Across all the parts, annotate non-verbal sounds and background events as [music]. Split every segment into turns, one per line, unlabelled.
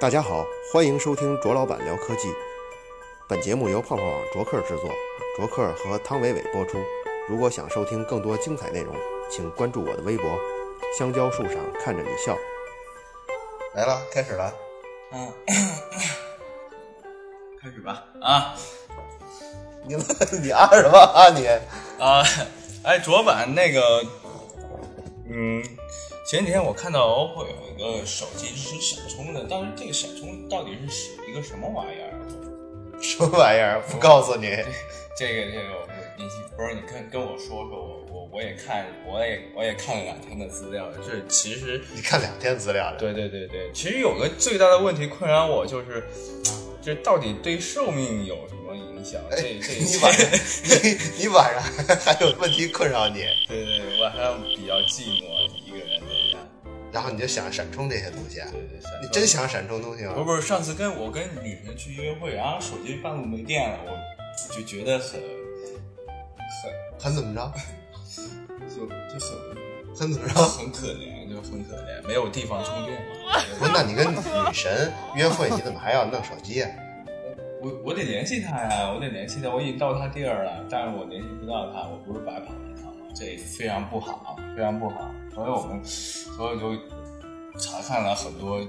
大家好，欢迎收听卓老板聊科技。本节目由泡泡网卓克制作，卓克和汤伟伟播出。如果想收听更多精彩内容，请关注我的微博“香蕉树上看着你笑”。来了，开始了。
嗯，开始吧啊
你 [laughs] 你按什么啊你？
啊！ [laughs] 哎，卓版那个，嗯，前几天我看到 OPPO 有一个手机是闪充的，但是这个闪充到底是一个什么玩意儿？
什么玩意儿？不告诉你。
这个这个我，你不是你跟跟我说说，我我我也看，我也我也看了两天的资料，这其实
你看两天资料了。
对对对对，其实有个最大的问题困扰我就是，就是到底对寿命有什么影响？这这
你晚上，你你晚上还有问题困扰你，
对对，对我还比较寂寞，一个人在家。
然后你就想闪充这些东西啊？
对对，
你真想闪充东西
不是
吗？
不是，上次跟我跟女神去约会，然后手机半路没电了，我就觉得很很
很怎么着？
就就很
很怎么着？
很可怜，就很可怜，没有地方充电嘛。
不是，那你跟女神约会，你怎么还要弄手机啊？ [laughs]
我我得联系她呀，我得联系她，我已经到她地儿了，但是我联系不到她，我不是白跑一趟吗？这非常不好，非常不好。所以我们，所以我就查看了很多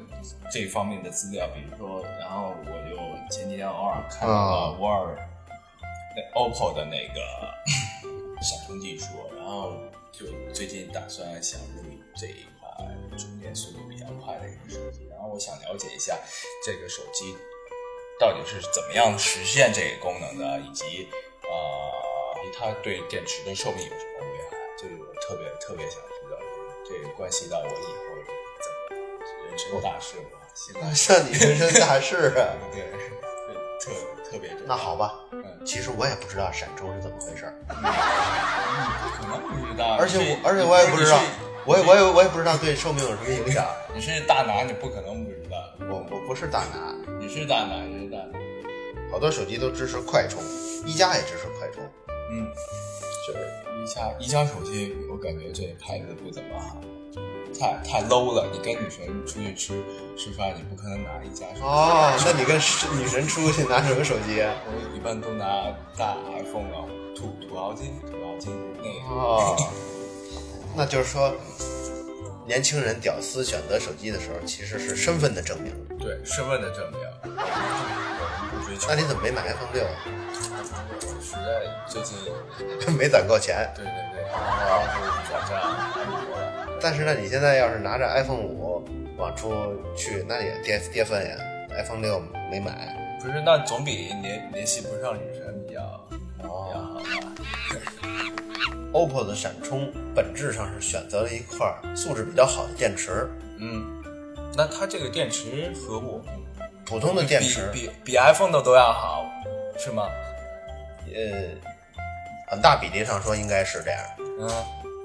这方面的资料，比如说，然后我就前几天偶尔看到了沃尔、那 OPPO 的那个闪充技术，然后就最近打算想入这一款充电速度比较快的一个手机，然后我想了解一下这个手机到底是怎么样实现这个功能的，以及呃，以及它对电池的寿命有什么危害，这个我特别特别想知道，这个关系到我以后怎么人生大事嘛，现在
像你人生大事啊！
对对特特别重要
那好吧，
嗯
其实我也不知道闪充是怎么回事儿，
不可能不知道，
而且
你是
我而且我也不知道
你是，
我也我也我也不知道对寿命有什么影响。
你是大拿，你不可能不知道。
我我不是大拿，
你是大拿，你是大拿。
好多手机都支持快充，一加也支持快充，
嗯，
就是
一加一加手机，我感觉这牌子不怎么好，太太 low 了。你跟女神出去吃吃饭，你不可能拿一加手机。
哦，那你跟女神出去拿什么手机啊？
我一般都拿大 iPhone 啊，土土豪金，土豪金那个。
哦，那就是说，年轻人屌丝选择手机的时候，其实是身份的证明。
对，身份的证明。 [laughs] 我们不追求
那，你怎么没买 iPhone 六啊？ [laughs]
实在最近，
没攒够钱。
对对对，然后就是转战安卓了。
但是呢，你现在要是拿着 iPhone 五往出去，那也跌跌份呀。iPhone 六没买，
不是，那总比联联系不上女神比较
哦
比较好吧？
OPPO 的闪充本质上是选择了一块素质比较好的电池，
嗯，那它这个电池和我们
普通的电池，
比比比 iPhone 的都要好，是吗？
呃，很大比例上说应该是这样，
嗯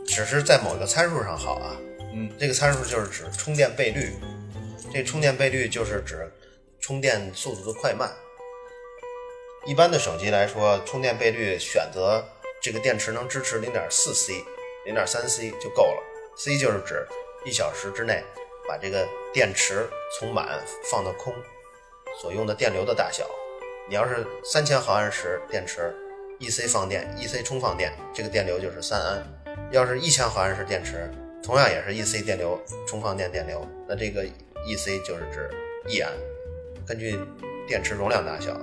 只是在某个参数上好啊。
嗯，
这个参数就是指充电倍率，这充电倍率就是指充电速度的快慢。一般的手机来说，充电倍率选择这个电池能支持零点四 C、零点三 C 就够了。C 就是指一小时之内把这个电池从满放到空所用的电流的大小。你要是三千毫安时电池，E C 放电，E C 充放电，这个电流就是三安。要是一千毫安时电池，同样也是 E C 电流充放电电流，那这个 E C 就是指一安。根据电池容量大小，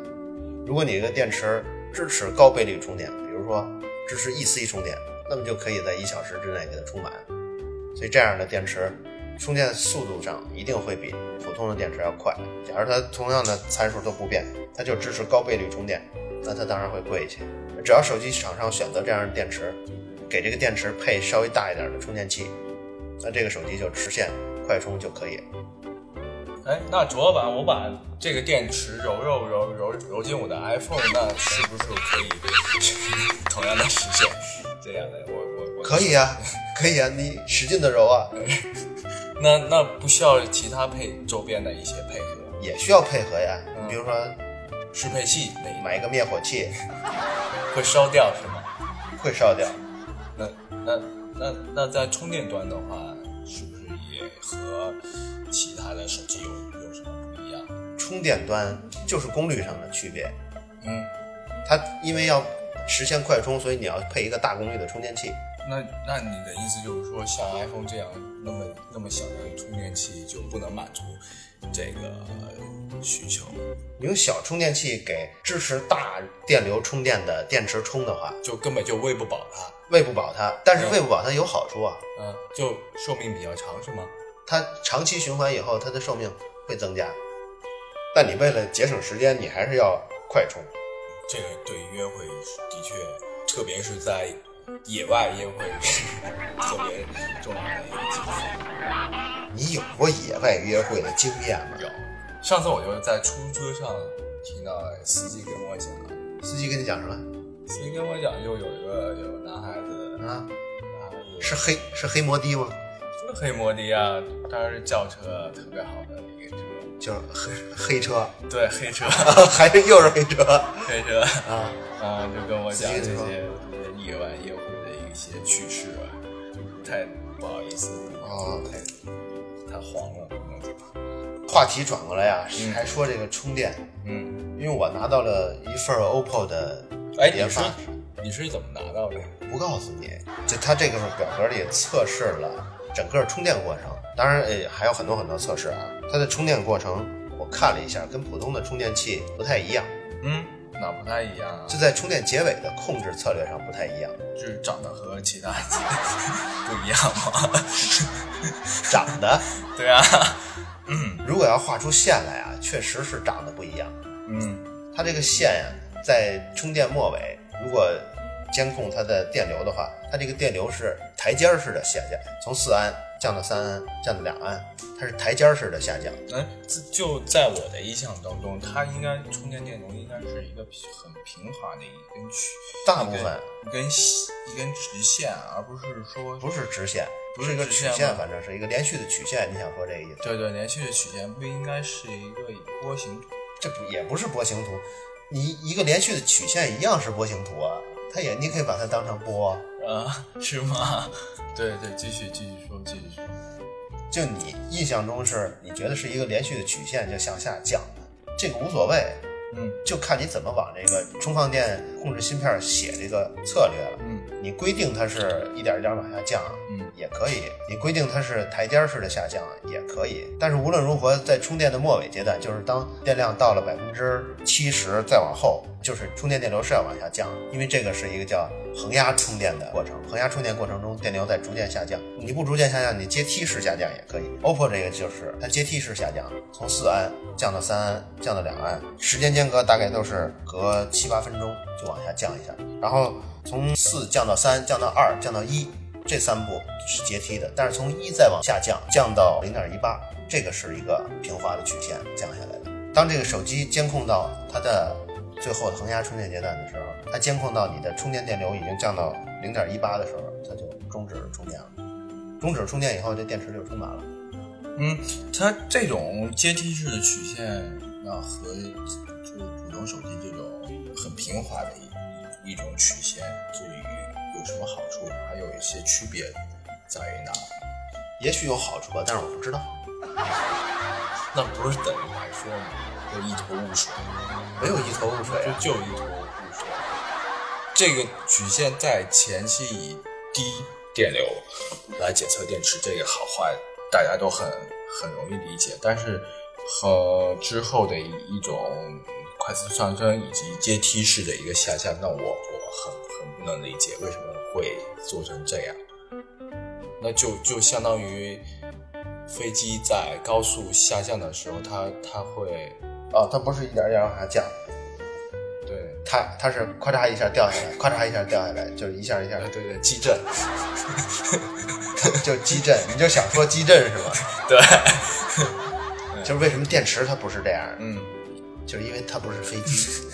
如果你这个电池支持高倍率充电，比如说支持 E C 充电，那么就可以在一小时之内给它充满。所以这样的电池充电速度上一定会比普通的电池要快。假如它同样的参数都不变，它就支持高倍率充电，那它当然会贵一些。只要手机厂商选择这样的电池，给这个电池配稍微大一点的充电器，那这个手机就实现快充就可以。
哎，那卓版，我把这个电池揉揉揉揉揉进我的 iPhone，那是不是可以同样的实现这样的？我我我
可以啊， [laughs] 可以啊，你使劲的揉啊，
那那不需要其他配周边的一些配合，
也需要配合呀。你比如说
适配器那一
买一个灭火器，
会烧掉是吗？
会烧掉。
那那那那在充电端的话，是不是也和其他的手机有有什么不一样？
充电端就是功率上的区别。
嗯，
它因为要实现快充，所以你要配一个大功率的充电器。
那那你的意思就是说，像 iPhone 这样那么那么小的充电器就不能满足这个需求，
你用小充电器给支持大电流充电的电池充的话，
就根本就喂不饱它。
喂不饱它，但是
嗯
喂不饱它有好处啊，
嗯，就寿命比较长是吗？
它长期循环以后，它的寿命会增加。但你为了节省时间，你还是要快充。
这个对于约会是的确，特别是在野外约会是特别重要的一个技术。
你有过野外约会的经验吗？有。
上次我就在出租车上听到司机跟我讲，
司机跟你讲什么
司机跟我讲，就有一个有个男孩子，
啊？
男孩子
是黑是黑摩的吗？
就是黑摩的啊，当时轿车特别好的一个车，
就是黑黑车， [laughs]
对黑车
还是又是黑车
黑车，
啊？
嗯，就跟我讲这
司
些
机怎么
这些野外约会的一些趣事啊，太不好意思
哦
太太黄了，不能讲。
话题转过来呀、
嗯
还说这个充电，
嗯，
因为我拿到了一份 OPPO 的
哎，
研
你
发
是，你是怎么拿到的？
不告诉你，就它这个表格里测试了整个充电过程，当然呃还有很多很多测试啊。它的充电过程我看了一下，跟普通的充电器不太一样，
嗯，那不太一样啊，
就在充电结尾的控制策略上不太一样，
就是长得和其他 [laughs] 不一样吗？ [laughs]
长得。
对啊，
如果要画出线来啊，确实是长得不一样。
嗯
它这个线呀、在充电末尾，如果监控它的电流的话，它这个电流是台阶儿式的下降，从四安降到三安，降到两安，它是台阶儿式的下降。
哎，自就在我的印象当中，它应该充电电容应该是一个平很平滑的一根曲，
大部分
一根细一根直线，而不是说
不是直线，
不是
一个
直
曲
线
线，
吗
反正是一个连续的曲线。你想说这个意思？
对对连续的曲线，不应该是一个以波形图。
这不也不是波形图，你一个连续的曲线一样是波形图啊，它也你可以把它当成波啊。
啊，是吗？ [laughs] 对对，继续继续说，继续说。
就你印象中是你觉得是一个连续的曲线就向下降的，这个无所谓，
嗯
就看你怎么往这个充放电控制芯片写这个策略了。
嗯
你规定它是一点一点往下降啊
嗯
也可以，你规定它是台阶式的下降也可以。但是无论如何，在充电的末尾阶段，就是当电量到了百分之七十再往后，就是充电电流是要往下降，因为这个是一个叫恒压充电的过程。恒压充电过程中，电流在逐渐下降。你不逐渐下降，你阶梯式下降也可以。OPPO 这个就是它阶梯式下降，从四安降到三安，降到两安，时间间隔大概都是隔七八分钟就往下降一下，然后从四降到三，降到二，降到一。这三步是阶梯的，但是从一再往下降，降到零点一八，这个是一个平滑的曲线降下来的。当这个手机监控到它的最后的恒压充电阶段的时候，它监控到你的充电电流已经降到零点一八的时候，它就终止充电了。终止充电以后，这电池就充满了。
嗯，它这种阶梯式的曲线，那和就是普通手机这种很平滑的一一一种曲线，至于有什么好处，还有一些区别在于哪？
也许有好处吧，但是我不知道。
那不是等于白说吗？就一头雾水，
没有一头雾水啊，
就就一头雾水。这个曲线在前期以低电流来检测电池这个好坏，大家都很很容易理解。但是和之后的一一种快速上升以及阶梯式的一个下降，那我我很很不能理解为什么会做成这样。那就就相当于飞机在高速下降的时候，它它会
哦它不是一点一点往下降，
对
它它是咔嚓一下掉下来，咔嚓一下掉下来，就是一下一下
啊，对对，激震， [laughs]
就激震。你就想说激震是吧？
对，
就是为什么电池它不是这样的，
嗯，
就是因为它不是飞机。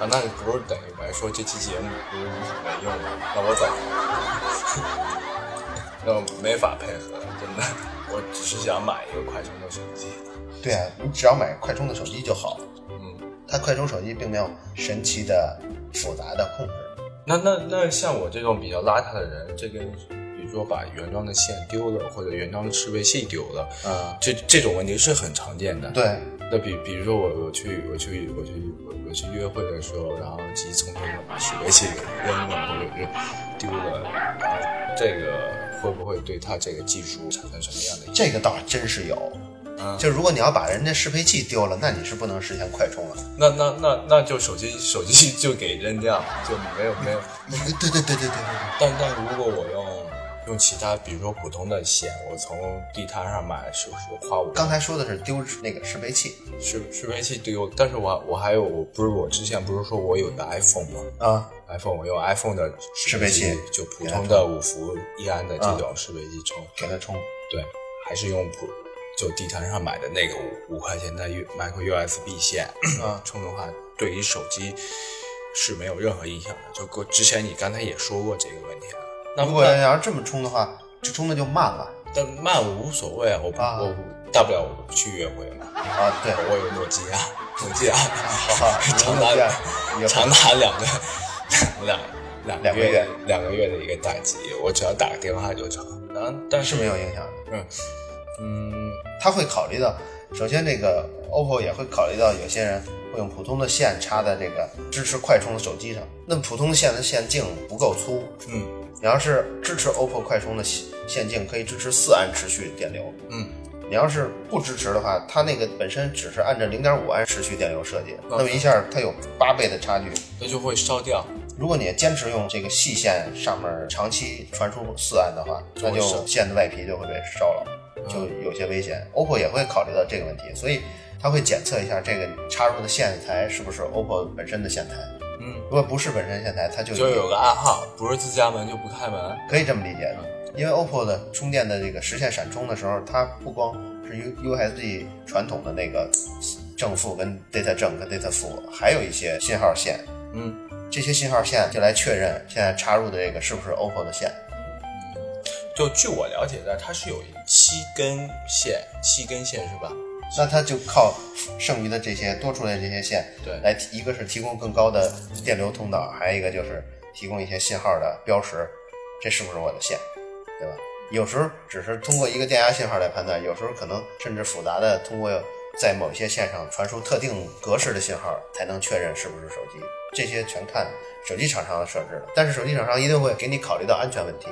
啊，那你不是等于白说这期节目不是没用了？那我走了，那我没法配合，真的，我只是想买一个快充的手机，
对啊，你只要买快充的手机就好。
嗯，
它快充手机并没有神奇的复杂的控制，
那那那像我这种比较邋遢的人，这跟与说把原装的线丢了，或者原装的适配器丢了，
啊，
这这种问题是很常见的。
对，
那比比如说我我去我去我去我我去约会的时候，然后急匆匆的把储备器给扔了或者是丢了，然后这个会不会对他这个技术产生什么样的影响？
这个倒还真是有。
嗯
就如果你要把人家适配器丢了，那你是不能实现快充了。
那那那那就手机手机就给扔掉，就没有没有。
对对对对对对，
但但如果我用用其他，比如说普通的线，我从地摊上买是是花五
刚才说的是丢那个适配器
适适配器丢，但是我还我还有我不是我之前不是说我有的 iPhone 吗？
啊，
iPhone，我用 iPhone 的
适配器
就普通的五伏一安的这种适配器充，
嗯给它充。
对，还是用普就地摊上买的那个五五块钱的 U- micro USB 线
啊
充的话，对于手机是没有任何影响的。就过之前你刚才也说过这个问题了，那
如果
那
要是这么充的话，就充的就慢了
但慢我无所谓啊，我不、
啊
我大不了我不去约会嘛，
啊。
[laughs]
对，
我有诺基亚，诺基亚
好好，
长
你用这
达
样也
长达两个两两
两个
月
月
两个月的一个待机，我只要打个电话就成。然后，但
是
是
没有影响的。
嗯嗯
他会考虑到，首先这个 OPPO 也会考虑到有些人会用普通的线插在这个支持快充的手机上，那普通线的线径不够粗。
嗯
你要是支持 OPPO 快充的线线径，可以支持四安持续电流。
嗯，
你要是不支持的话，它那个本身只是按照零点五安持续电流设计，那么一下它有八倍的差距。
那就会烧掉。
如果你坚持用这个细线上面长期传输四安的话，那就线的外皮就会被烧了，
嗯
就有些危险。OPPO 也会考虑到这个问题，所以它会检测一下这个插入的线材是不是 OPPO 本身的线材。
嗯，
如果不是本身线材，它就
就有个暗号，不是自家门就不开门。
可以这么理解，啊因为 OPPO 的充电的这个实现闪充的时候，它不光是 U USB 传统的那个正负跟 data 正跟 data 负，还有一些信号线，
嗯，
这些信号线就来确认现在插入的这个是不是 OPPO 的线。
就据我了解的，它是有七根线，七根线是吧？
那它就靠剩余的这些多出来的这些线，
对
来提一个是提供更高的电流通道，还有一个就是提供一些信号的标识，这是不是我的线，对吧？有时候只是通过一个电压信号来判断，有时候可能甚至复杂的通过在某些线上传输特定格式的信号才能确认是不是手机，这些全看手机厂商的设置了。但是手机厂商一定会给你考虑到安全问题，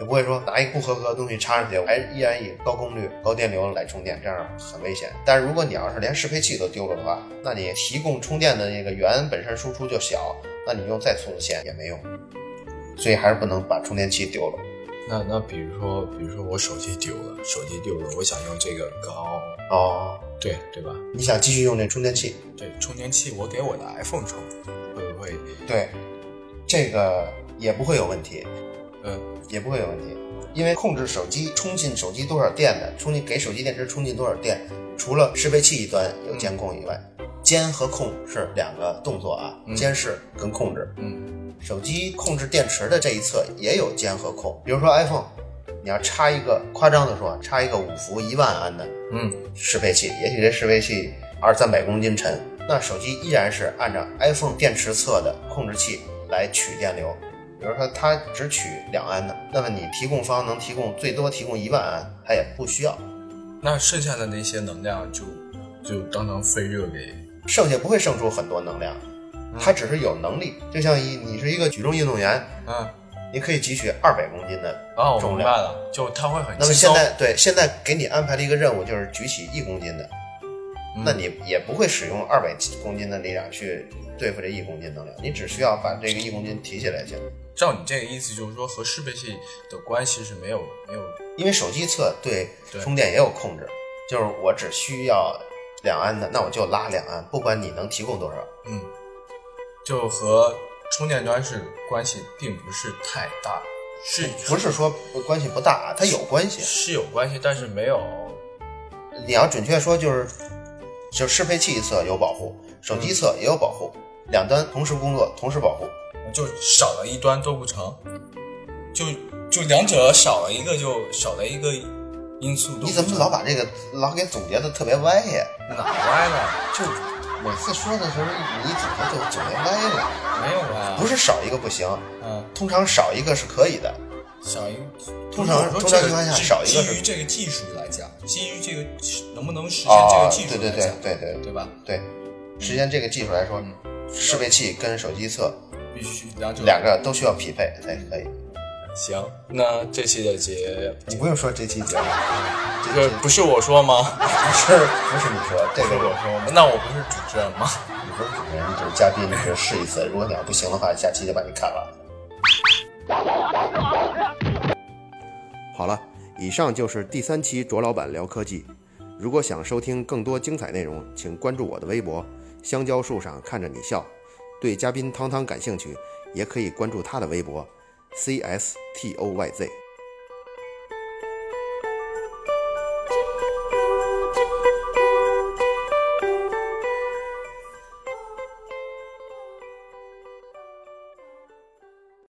也不会说拿一不合格的东西插上去，还依然以高功率、高电流来充电，这样很危险。但是如果你要是连适配器都丢了的话，那你提供充电的那个源本身输出就小，那你用再粗的线也没用，所以还是不能把充电器丢了。
那那比如说，比如说我手机丢了，手机丢了，我想用这个高，
哦，
对对吧？
你想继续用这充电器？
对，充电器我给我的 iPhone 充，会不会？
对，这个也不会有问题，
嗯，
也不会有问题，因为控制手机充进手机多少电的，充进给手机电池充进多少电，除了适配器一端有监控以外，监和控是两个动作啊，
嗯
监视跟控制。
嗯
手机控制电池的这一侧也有监和控，比如说 iPhone，你要插一个，夸张的说，插一个五伏一万安的
嗯
适配器，也许这适配器二三百公斤沉，那手机依然是按照 iPhone 电池侧的控制器来取电流。比如说它只取两安的，那么你提供方能提供最多提供一万安，它也不需要，
那剩下的那些能量就就当成废热给。
剩下不会剩出很多能量，它只是有能力，就像一你是一个举重运动员，
嗯，
你可以汲取二百公斤的
哦，我
重
明
量
白。了，就它会很
那么
轻
现
松。
在对，现在给你安排了一个任务，就是举起一公斤的，
嗯
那你也不会使用二百公斤的力量去对付这一公斤能量，你只需要把这个一公斤提起来就行。
照你这个意思，就是说和适配器的关系是没有没有
因为手机侧对
对
充电也有控制，就是我只需要两安的，那我就拉两安，不管你能提供多少。
嗯，就和充电端是关系并不是太大，是
不是说关系不大，啊它有关系。
是有关系，但是没有
你要准确说就是，就适配器一侧有保护，手
嗯
机侧也有保护，两端同时工作，同时保护。
就少了一端都不成，就就两者少了一个就少了一个因素都不成
你怎么老把这个老给总结的特别歪呀？
哪歪了？
就每次说的时候，你怎么就总结歪了？
没有啊，
不是少一个不行，
嗯
通常少一个是可以的，
响应
通常
我说
通常
这
情况下
基
少一个
基
是
于这个技术来讲，基于这个能不能实现这
啊
个，技
对
术
对
来
对
讲，
对对
对吧？
对，实现这个技术来说，适配器跟手机测
必须两者
两个都需要匹配才可以。
行。那这期的节
你不用说这期节目，
这个不是我说吗？ [laughs]
不是不是你说这个我
说吗？那我不是主持人吗？
你不是主持人，你只是嘉宾，你只是试一次。如果你要不行的话，下期就把你砍了。
好了，以上就是第三期卓老板聊科技。如果想收听更多精彩内容，请关注我的微博“香蕉树上看着你笑”。对嘉宾汤汤感兴趣，也可以关注他的微博 “c s t o y z”。